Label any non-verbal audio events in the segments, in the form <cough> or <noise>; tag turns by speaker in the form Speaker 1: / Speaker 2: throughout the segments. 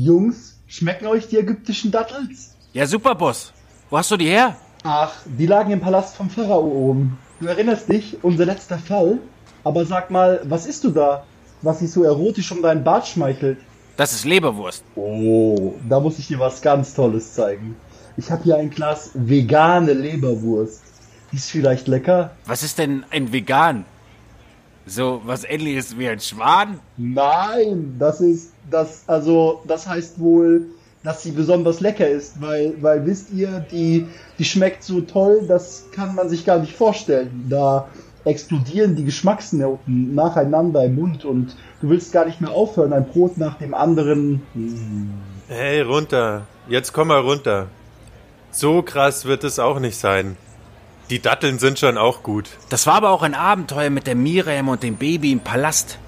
Speaker 1: Jungs, schmecken euch die ägyptischen Dattels?
Speaker 2: Ja, super, Boss. Wo hast du die her?
Speaker 1: Ach, die lagen im Palast vom Pharao oben. Du erinnerst dich, unser letzter Fall? Aber sag mal, was isst du da, was sich so erotisch um deinen Bart schmeichelt?
Speaker 2: Das ist Leberwurst.
Speaker 1: Oh, da muss ich dir was ganz Tolles zeigen. Ich habe hier ein Glas vegane Leberwurst. Die ist vielleicht lecker?
Speaker 2: Was ist denn ein Vegan? So was ähnliches wie ein Schwan?
Speaker 1: Nein, das ist das also das heißt wohl, dass sie besonders lecker ist, weil weil wisst ihr, die die schmeckt so toll, das kann man sich gar nicht vorstellen. Da explodieren die Geschmacksnoten nacheinander im Mund und du willst gar nicht mehr aufhören, ein Brot nach dem anderen. Hm,
Speaker 3: Hey, runter. Jetzt komm mal runter. So krass wird es auch nicht sein. Die Datteln sind schon auch gut.
Speaker 2: Das war aber auch ein Abenteuer mit der Miriam und dem Baby im Palast.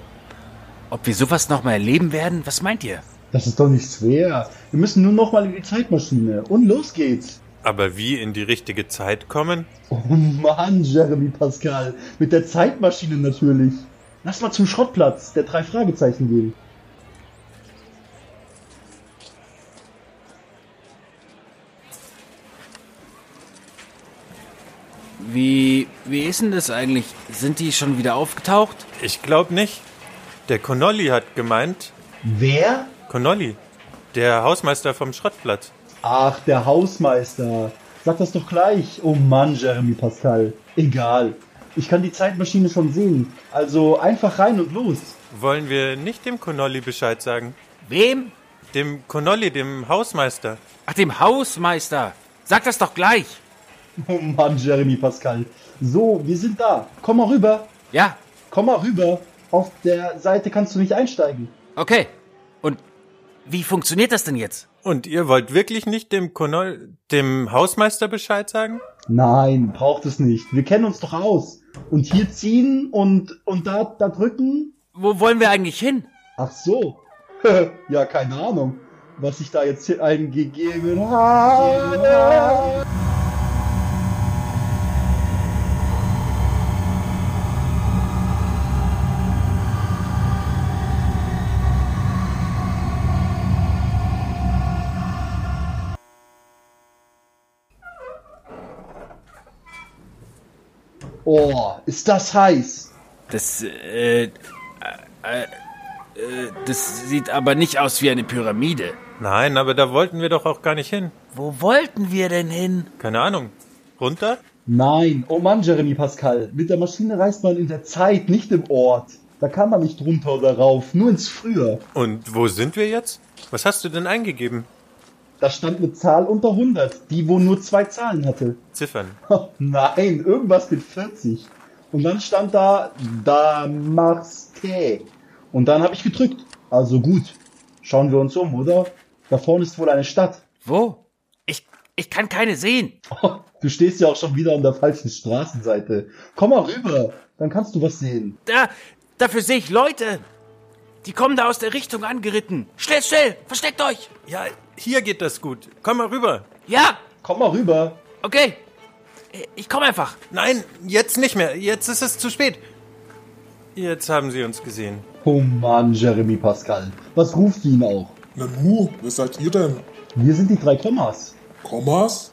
Speaker 2: Ob wir sowas nochmal erleben werden? Was meint ihr?
Speaker 1: Das ist doch nicht schwer. Wir müssen nur nochmal in die Zeitmaschine und los geht's.
Speaker 3: Aber wie in die richtige Zeit kommen?
Speaker 1: Oh Mann, Jeremy Pascal, mit der Zeitmaschine natürlich. Lass mal zum Schrottplatz der drei Fragezeichen gehen.
Speaker 2: Wie, wie ist denn das eigentlich? Sind die schon wieder aufgetaucht?
Speaker 3: Ich glaube nicht. Der Connolly hat gemeint,
Speaker 1: Wer?
Speaker 3: Connolly, der Hausmeister vom Schrottplatz.
Speaker 1: Ach, der Hausmeister. Sag das doch gleich. Oh Mann, Jeremy Pascal. Egal. Ich kann die Zeitmaschine schon sehen. Also einfach rein und los. <laughs>
Speaker 3: Wollen wir nicht dem Connolly Bescheid sagen?
Speaker 2: Wem?
Speaker 3: Dem Connolly, dem Hausmeister.
Speaker 2: Ach, dem Hausmeister. Sag das doch gleich.
Speaker 1: Oh Mann, Jeremy Pascal. So, wir sind da. Komm mal rüber.
Speaker 2: Ja,
Speaker 1: Komm mal rüber. Auf der Seite kannst du nicht einsteigen.
Speaker 2: okay. Und wie funktioniert das denn jetzt?
Speaker 3: Und ihr wollt wirklich nicht dem Connoll, dem Hausmeister Bescheid sagen?
Speaker 1: Nein, braucht es nicht. Wir kennen uns doch aus. Und hier ziehen und, und da, da drücken.
Speaker 2: Wo wollen wir eigentlich hin?
Speaker 1: Ach so. <laughs> ja, keine Ahnung, was ich da jetzt hier eingegeben habe. Oh, ist das heiß.
Speaker 2: Das, äh, äh, äh, das sieht aber nicht aus wie eine Pyramide.
Speaker 3: Nein, aber da wollten wir doch auch gar nicht hin.
Speaker 2: Wo wollten wir denn hin?
Speaker 3: Keine Ahnung. Runter?
Speaker 1: Nein, oh Mann, Jeremy Pascal, mit der Maschine reist man in der Zeit, nicht im Ort. Da kann man nicht runter oder rauf, nur ins Früher.
Speaker 3: Und wo sind wir jetzt? Was hast du denn eingegeben?
Speaker 1: Da stand eine Zahl unter 100, die wo nur zwei Zahlen hatte.
Speaker 3: Ziffern.
Speaker 1: Nein, irgendwas mit 40. Und dann stand da, da machst Tee. Und dann habe ich gedrückt. Also gut, schauen wir uns um, oder? Da vorne ist wohl eine Stadt.
Speaker 2: Wo? Ich, ich kann keine sehen.
Speaker 1: Du stehst ja auch schon wieder an der falschen Straßenseite. Komm mal rüber, dann kannst du was sehen.
Speaker 2: Da, dafür sehe ich Leute. Die kommen da aus der Richtung angeritten. Schnell, schnell, versteckt euch.
Speaker 3: Ja, hier geht das gut. Komm mal rüber.
Speaker 2: Ja,
Speaker 1: Komm mal rüber.
Speaker 2: okay. Äh, Ich komme einfach.
Speaker 3: Nein, jetzt nicht mehr. Jetzt ist es zu spät. Jetzt haben sie uns gesehen.
Speaker 1: Oh Mann, Jeremy Pascal. Was ruft ihn auch?
Speaker 4: Na nu, wer seid ihr denn?
Speaker 1: Wir sind die drei Kommas. <laughs>
Speaker 4: Kommas?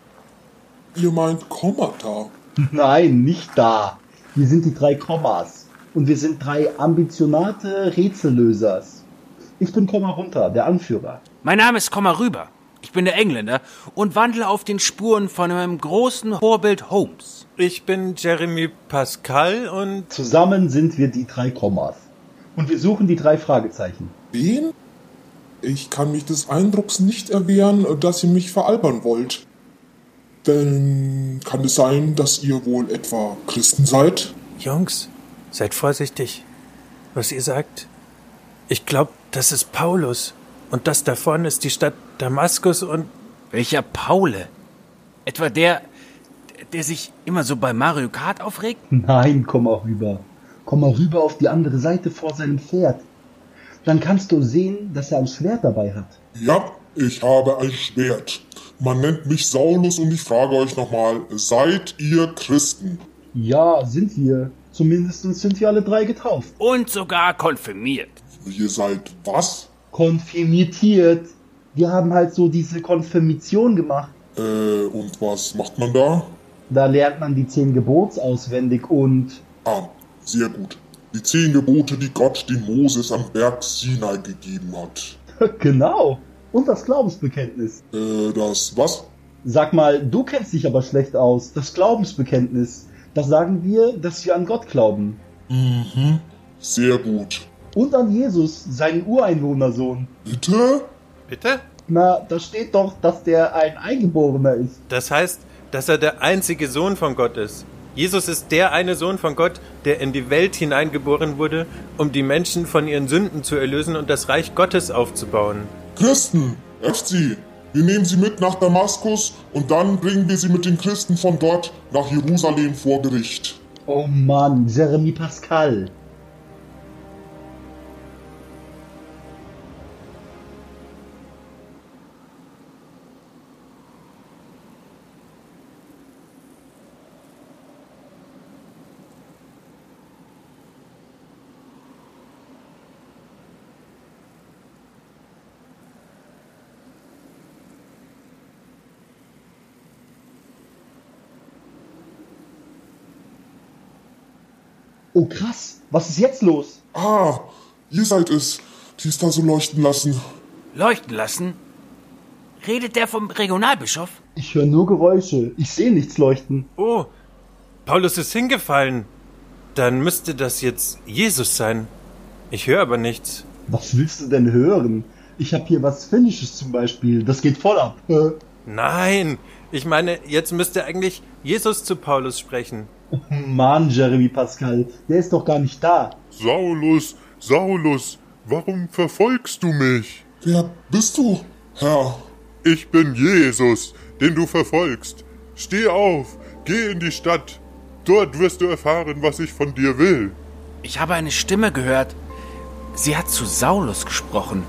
Speaker 4: Ihr meint Kommata.
Speaker 1: Nein, nicht da. Wir sind die drei Kommas. Und wir sind drei ambitionate Rätsellösers. Ich bin Komma runter, der Anführer.
Speaker 2: Mein Name ist Komma rüber. Ich bin der Engländer und wandle auf den Spuren von meinem großen Vorbild Holmes.
Speaker 3: Ich bin Jeremy Pascal und
Speaker 1: Zusammen sind wir die drei Kommas. Und wir suchen die drei Fragezeichen.
Speaker 4: Wen? Ich kann mich des Eindrucks nicht erwehren, dass ihr mich veralbern wollt. Denn kann es sein, dass ihr wohl etwa Christen seid?
Speaker 3: Jungs, seid vorsichtig, was ihr sagt. Ich glaube, das ist Paulus. Und das da vorne ist die Stadt Damaskus und.
Speaker 2: Welcher Paule? Etwa der, der sich immer so bei Mario Kart aufregt?
Speaker 1: Nein, komm mal rüber. Komm mal rüber auf die andere Seite vor seinem Pferd. Dann kannst du sehen, dass er ein Schwert dabei hat.
Speaker 4: Ja, ich habe ein Schwert. Man nennt mich Saulus und ich frage euch nochmal, seid ihr Christen?
Speaker 1: Ja, sind wir. Zumindest sind wir alle drei getauft.
Speaker 2: Und sogar konfirmiert.
Speaker 4: Ihr seid was?
Speaker 1: Konfirmiert. Die haben halt so diese Konfirmation gemacht.
Speaker 4: Äh, und was macht man da?
Speaker 1: Da lernt man die zehn Gebots auswendig und <laughs>
Speaker 4: Ah, sehr gut. Die zehn Gebote, die Gott dem Moses am Berg Sinai gegeben hat.
Speaker 1: genau. Und das Glaubensbekenntnis.
Speaker 4: Äh, das was?
Speaker 1: Sag mal, du kennst dich aber schlecht aus. Das Glaubensbekenntnis. Das sagen wir, dass wir an Gott glauben.
Speaker 4: Mhm. Sehr gut.
Speaker 1: Und an Jesus, seinen Ureinwohnersohn.
Speaker 4: Bitte?
Speaker 3: Bitte?
Speaker 1: Na, da steht doch, dass der ein Eingeborener ist.
Speaker 3: Das heißt, dass er der einzige Sohn von Gott ist. Jesus ist der eine Sohn von Gott, der in die Welt hineingeboren wurde, um die Menschen von ihren Sünden zu erlösen und das Reich Gottes aufzubauen.
Speaker 4: Christen, helft sie. Wir nehmen sie mit nach Damaskus und dann bringen wir sie mit den Christen von dort nach Jerusalem vor Gericht.
Speaker 1: Oh Mann, Jeremy Pascal. Oh krass, was ist jetzt los?
Speaker 4: Ah, ihr seid es, die es da so leuchten lassen.
Speaker 2: Leuchten lassen? Redet der vom Regionalbischof?
Speaker 1: Ich höre nur Geräusche. Ich sehe nichts leuchten.
Speaker 5: Oh,
Speaker 3: Paulus ist hingefallen. Dann müsste das jetzt Jesus sein. Ich höre aber nichts.
Speaker 1: Was willst du denn hören? Ich habe hier was Finnisches zum Beispiel. Das geht voll ab. Äh,
Speaker 3: Nein, ich meine, jetzt müsste eigentlich Jesus zu Paulus sprechen.
Speaker 1: Mann, Jeremy Pascal, der ist doch gar nicht da.
Speaker 6: Saulus, Saulus, warum verfolgst du mich?
Speaker 4: Wer bist du, Herr?
Speaker 6: Ich bin Jesus, den du verfolgst. Steh auf, geh in die Stadt. Dort wirst du erfahren, was ich von dir will.
Speaker 2: Ich habe eine Stimme gehört. Sie hat zu Saulus gesprochen.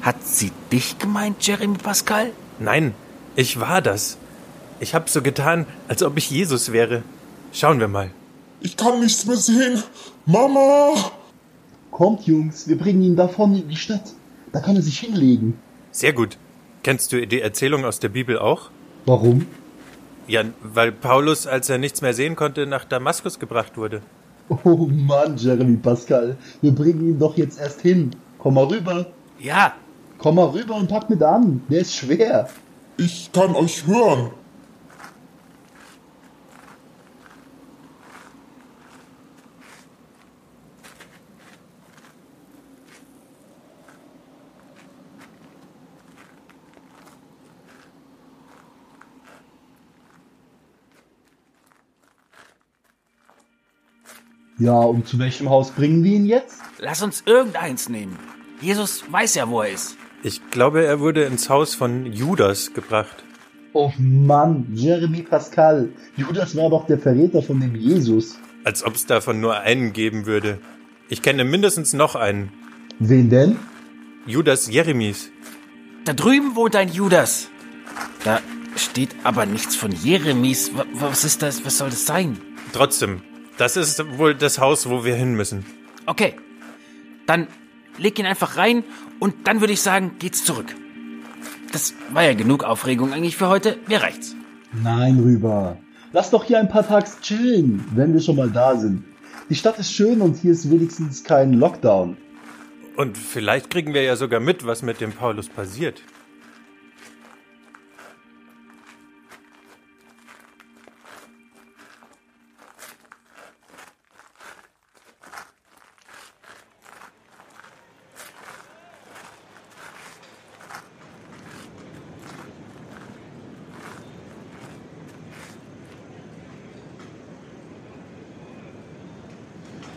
Speaker 2: Hat sie dich gemeint, Jeremy Pascal?
Speaker 3: Nein, ich war das. Ich habe so getan, als ob ich Jesus wäre. Schauen wir mal.
Speaker 4: Ich kann nichts mehr sehen. Mama!
Speaker 1: Kommt, Jungs, wir bringen ihn da vorne in die Stadt. Da kann er sich hinlegen.
Speaker 3: Sehr gut. Kennst du die Erzählung aus der Bibel auch?
Speaker 1: Warum?
Speaker 3: Ja, weil Paulus, als er nichts mehr sehen konnte, nach Damaskus gebracht wurde.
Speaker 1: Oh Mann, Jeremy Pascal, wir bringen ihn doch jetzt erst hin. Komm mal rüber.
Speaker 2: Ja,
Speaker 1: Komm mal rüber und pack mit an. Der ist schwer.
Speaker 4: Ich kann euch hören.
Speaker 1: Ja, und zu welchem Haus bringen wir ihn jetzt?
Speaker 2: lass uns irgendeins nehmen. Jesus weiß ja, wo er ist.
Speaker 3: Ich glaube, er wurde ins Haus von Judas gebracht.
Speaker 1: Oh Mann, Jeremy Pascal. Judas war doch der Verräter von dem Jesus.
Speaker 3: Als ob es davon nur einen geben würde. Ich kenne mindestens noch einen.
Speaker 1: Wen denn?
Speaker 3: Judas Jeremies.
Speaker 2: Da drüben wohnt ein Judas. Da steht aber nichts von Jeremies. Wa- Was ist das? Was soll das sein?
Speaker 3: Trotzdem, das ist wohl das Haus, wo wir hin müssen.
Speaker 2: Okay, dann leg ihn einfach rein und dann würde ich sagen, geht's zurück. Das war ja genug Aufregung eigentlich für heute. Mir reicht's.
Speaker 1: Nein, rüber. Lass doch hier ein paar Tags chillen, wenn wir schon mal da sind. Die Stadt ist schön und hier ist wenigstens kein Lockdown.
Speaker 3: Und vielleicht kriegen wir ja sogar mit, was mit dem Paulus passiert.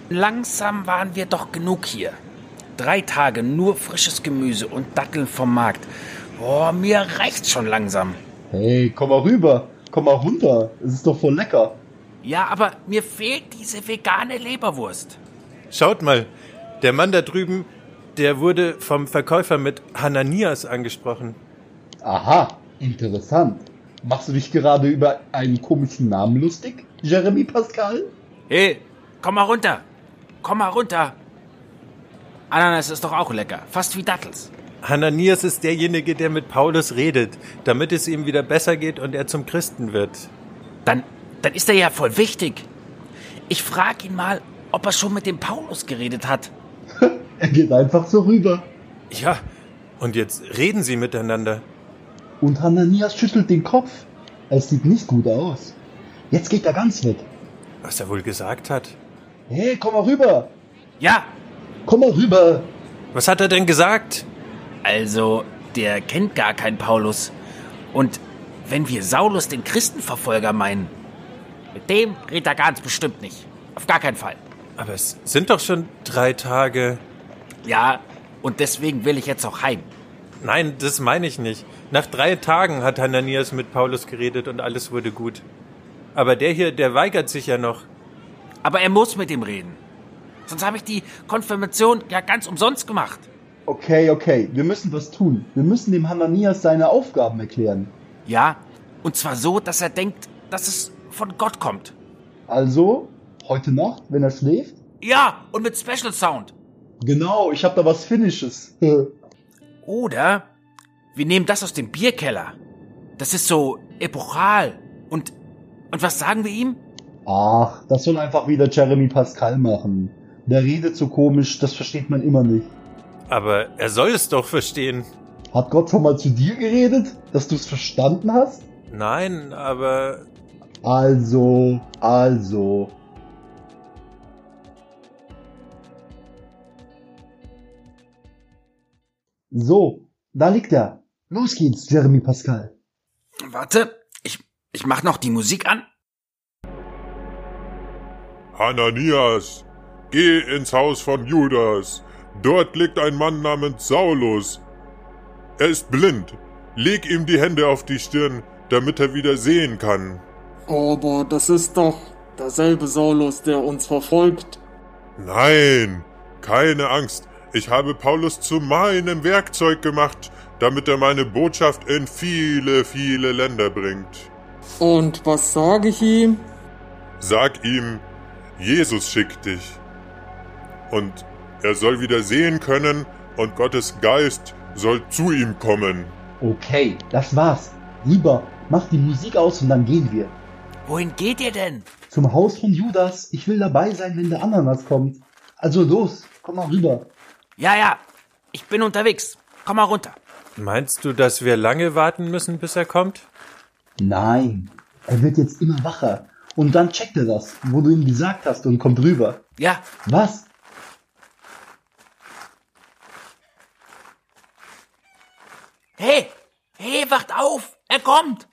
Speaker 2: Langsam waren wir doch genug hier. Drei Tage nur frisches Gemüse und Datteln vom Markt. Boah, mir reicht's schon langsam.
Speaker 1: Hey, komm mal rüber. Komm mal runter. Es ist doch voll lecker.
Speaker 2: Ja, aber mir fehlt diese vegane Leberwurst.
Speaker 3: Schaut mal, der Mann da drüben, der wurde vom Verkäufer mit Hananias angesprochen.
Speaker 1: Aha, interessant. Machst du dich gerade über einen komischen Namen lustig, Jeremy Pascal?
Speaker 2: Hey, komm mal runter. Komm mal runter. Ananas ist doch auch lecker. Fast wie Dattels.
Speaker 3: Hananias ist derjenige, der mit Paulus redet, damit es ihm wieder besser geht und er zum Christen wird.
Speaker 2: Dann, dann ist er ja voll wichtig. Ich frag ihn mal, ob er schon mit dem Paulus geredet hat.
Speaker 1: Er geht einfach so rüber.
Speaker 3: Ja, und jetzt reden sie miteinander.
Speaker 1: Und Hananias schüttelt den Kopf. Es sieht nicht gut aus. Jetzt geht er ganz weg.
Speaker 3: Was er wohl gesagt hat.
Speaker 1: Hey, komm mal rüber.
Speaker 2: Ja,
Speaker 1: Komm mal rüber.
Speaker 3: Was hat er denn gesagt?
Speaker 2: also, der kennt gar keinen Paulus. Und wenn wir Saulus den Christenverfolger meinen, mit dem redet er ganz bestimmt nicht. Auf gar keinen Fall.
Speaker 3: Aber es sind doch schon drei Tage.
Speaker 2: Ja, und deswegen will ich jetzt auch heim.
Speaker 3: Nein, das meine ich nicht. Nach drei Tagen hat Hananias mit Paulus geredet und alles wurde gut. Aber der hier, der weigert sich ja noch.
Speaker 2: Aber er muss mit ihm reden. Sonst habe ich die Konfirmation ja ganz umsonst gemacht.
Speaker 1: Okay, okay, wir müssen was tun. Wir müssen dem Hananias seine Aufgaben erklären.
Speaker 2: Ja, und zwar so, dass er denkt, dass es von Gott kommt.
Speaker 1: Also, heute Nacht, wenn er schläft?
Speaker 2: Ja, und mit Special Sound.
Speaker 1: Genau, ich hab da was Finnisches. <laughs>
Speaker 2: Oder wir nehmen das aus dem Bierkeller. Das ist so epochal. Und, und was sagen wir ihm?
Speaker 1: Ach, das soll einfach wieder Jeremy Pascal machen. Der redet so komisch, das versteht man immer nicht.
Speaker 3: Aber er soll es doch verstehen.
Speaker 1: Hat Gott schon mal zu dir geredet, dass du es verstanden hast?
Speaker 3: Nein, aber
Speaker 1: Also, also. So, da liegt er. Los geht's, Jeremy Pascal.
Speaker 2: Warte, ich, ich mach noch die Musik an.
Speaker 6: Hananias, geh ins Haus von Judas. Dort liegt ein Mann namens Saulus. Er ist blind. Leg ihm die Hände auf die Stirn, damit er wieder sehen kann.
Speaker 7: Aber das ist doch derselbe Saulus, der uns verfolgt.
Speaker 6: Nein, keine Angst. Ich habe Paulus zu meinem Werkzeug gemacht, damit er meine Botschaft in viele, viele Länder bringt.
Speaker 7: Und was sage ich ihm?
Speaker 6: Sag ihm, Jesus schickt dich. Und er soll wieder sehen können und Gottes Geist soll zu ihm kommen.
Speaker 1: Okay, das war's. Lieber, mach die Musik aus und dann gehen wir.
Speaker 2: Wohin geht ihr denn?
Speaker 1: Zum Haus von Judas. Ich will dabei sein, wenn der Ananas kommt. Also los, komm mal rüber.
Speaker 2: Ja, ja, ich bin unterwegs. Komm mal runter.
Speaker 3: meinst du, dass wir lange warten müssen, bis er kommt?
Speaker 1: Nein, er wird jetzt immer wacher. Und dann checkt er das, wo du ihm gesagt hast und kommt rüber.
Speaker 2: Ja,
Speaker 1: Was?
Speaker 2: hey, hey, wacht auf, er kommt.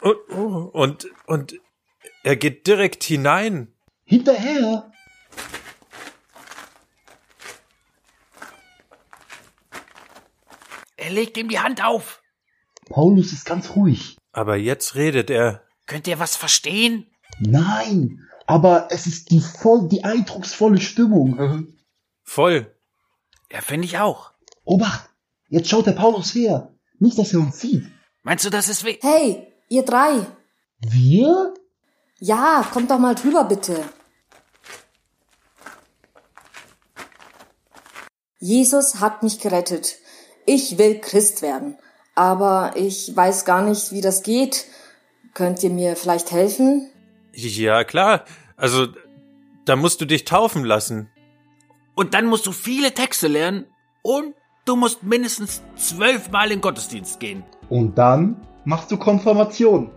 Speaker 3: Und, oh, und, und er geht direkt hinein.
Speaker 1: Hinterher?
Speaker 2: Er legt ihm die Hand auf.
Speaker 1: Paulus ist ganz ruhig.
Speaker 3: Aber jetzt redet er.
Speaker 2: Könnt ihr was verstehen?
Speaker 1: Nein, aber es ist die voll, die eindrucksvolle Stimmung.
Speaker 3: Voll.
Speaker 2: Ja, finde ich auch.
Speaker 1: Obacht, jetzt schaut der Paulus her. Nicht, dass er uns sieht.
Speaker 2: Meinst du, das ist weh?
Speaker 8: Hey, ihr drei.
Speaker 1: Wir?
Speaker 8: Ja, kommt doch mal drüber, bitte. Jesus hat mich gerettet. Ich will Christ werden. Aber ich weiß gar nicht, wie das geht. Könnt ihr mir vielleicht helfen?
Speaker 3: Ja, klar. Also, da musst du dich taufen lassen.
Speaker 2: Und dann musst du viele Texte lernen und du musst mindestens zwölfmal in den Gottesdienst gehen.
Speaker 1: Und dann machst du Konfirmation.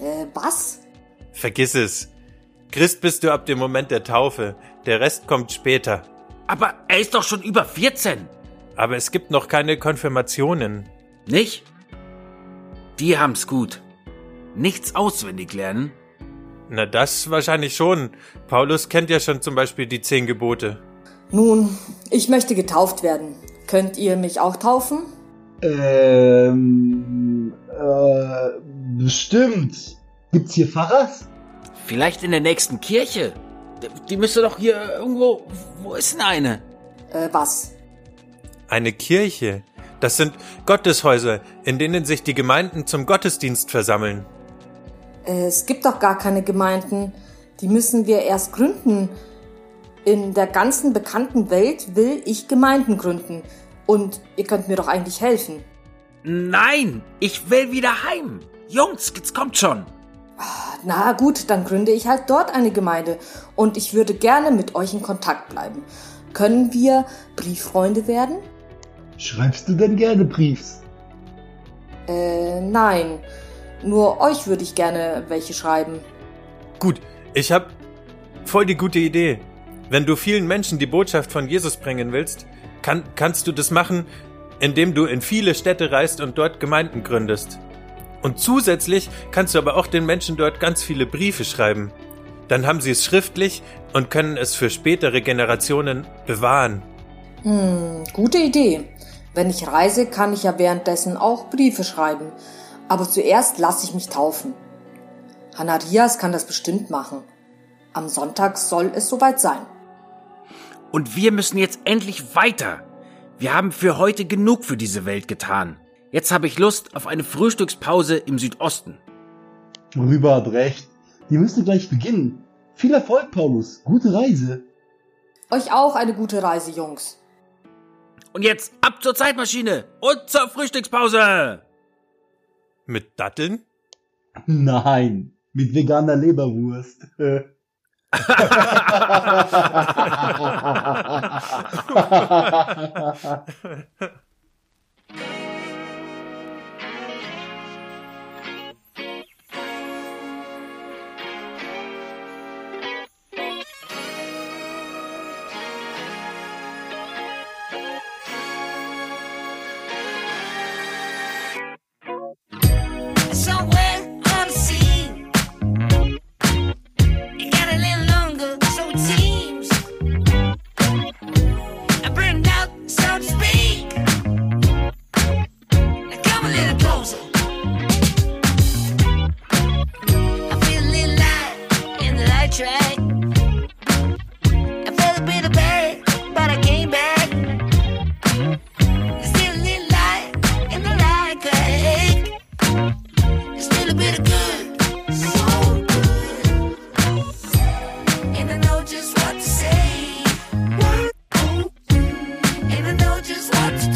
Speaker 8: Äh, was?
Speaker 3: Vergiss es. Christ bist du ab dem Moment der Taufe. Der Rest kommt später.
Speaker 2: Aber er ist doch schon über 14,
Speaker 3: Aber es gibt noch keine Konfirmationen.
Speaker 2: nicht? Die haben's gut. Nichts auswendig lernen.
Speaker 3: Na, das wahrscheinlich schon. Paulus kennt ja schon zum Beispiel die zehn Gebote.
Speaker 8: Nun, ich möchte getauft werden. Könnt ihr mich auch taufen?
Speaker 1: Ähm, äh, bestimmt. Gibt's hier Pfarrers?
Speaker 2: Vielleicht in der nächsten Kirche. Die müsste doch hier irgendwo. Wo ist denn eine?
Speaker 8: Äh, was?
Speaker 3: Eine Kirche. Das sind Gotteshäuser, in denen sich die Gemeinden zum Gottesdienst versammeln.
Speaker 8: Äh, es gibt doch gar keine Gemeinden. Die müssen wir erst gründen. In der ganzen bekannten Welt will ich Gemeinden gründen. Und ihr könnt mir doch eigentlich helfen.
Speaker 2: Nein, ich will wieder heim. Jungs, jetzt kommt schon.
Speaker 8: Na gut, dann gründe ich halt dort eine Gemeinde. Und ich würde gerne mit euch in Kontakt bleiben. Können wir Brieffreunde werden?
Speaker 1: Schreibst du denn gerne Briefs?
Speaker 8: Äh, nein. Nur euch würde ich gerne welche schreiben.
Speaker 3: Gut, ich habe voll die gute Idee. Wenn du vielen Menschen die Botschaft von Jesus bringen willst, kann, kannst du das machen, indem du in viele Städte reist und dort Gemeinden gründest. Und zusätzlich kannst du aber auch den Menschen dort ganz viele Briefe schreiben. Dann haben sie es schriftlich und können es für spätere Generationen bewahren.
Speaker 8: Hm, gute Idee. Wenn ich reise, kann ich ja währenddessen auch Briefe schreiben. Aber zuerst lasse ich mich taufen. Hanarias kann das bestimmt machen. Am Sonntag soll es soweit sein.
Speaker 2: Und wir müssen jetzt endlich weiter. Wir haben für heute genug für diese Welt getan. Jetzt habe ich Lust auf eine Frühstückspause im Südosten.
Speaker 1: Rüber hat recht. Die müsste gleich beginnen. Viel Erfolg, Paulus. Gute Reise.
Speaker 8: Euch auch eine gute Reise, Jungs.
Speaker 2: Und jetzt ab zur Zeitmaschine und zur Frühstückspause.
Speaker 3: Mit Datteln?
Speaker 1: Nein, mit veganer Leberwurst. <laughs>
Speaker 9: somewhere unseen. It got a little longer, so it seems. I burned out, so to speak. Now come a little closer. I feel a little light in the light track. I felt a bit of bad, but I came back. There's still a little light in the light track. It's still a bit of good, so good. And I know just what to say. And I know just what to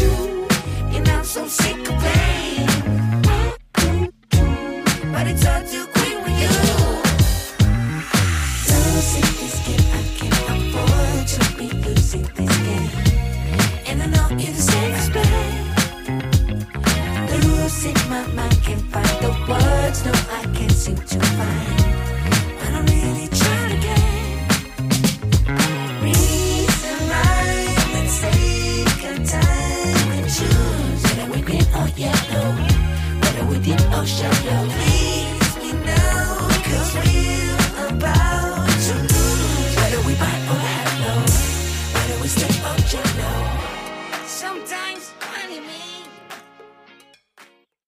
Speaker 9: do. And I'm so sick of pain. But it's all too quick with you. Losing this game, I can't afford to be losing this game. And I know you're the same as me. Losing my mind, can't find the words, no, I can't seem to find. But I'm really trying again. Reason right, let's take our time and choose. Whether we green or yellow, whether we deep or shallow.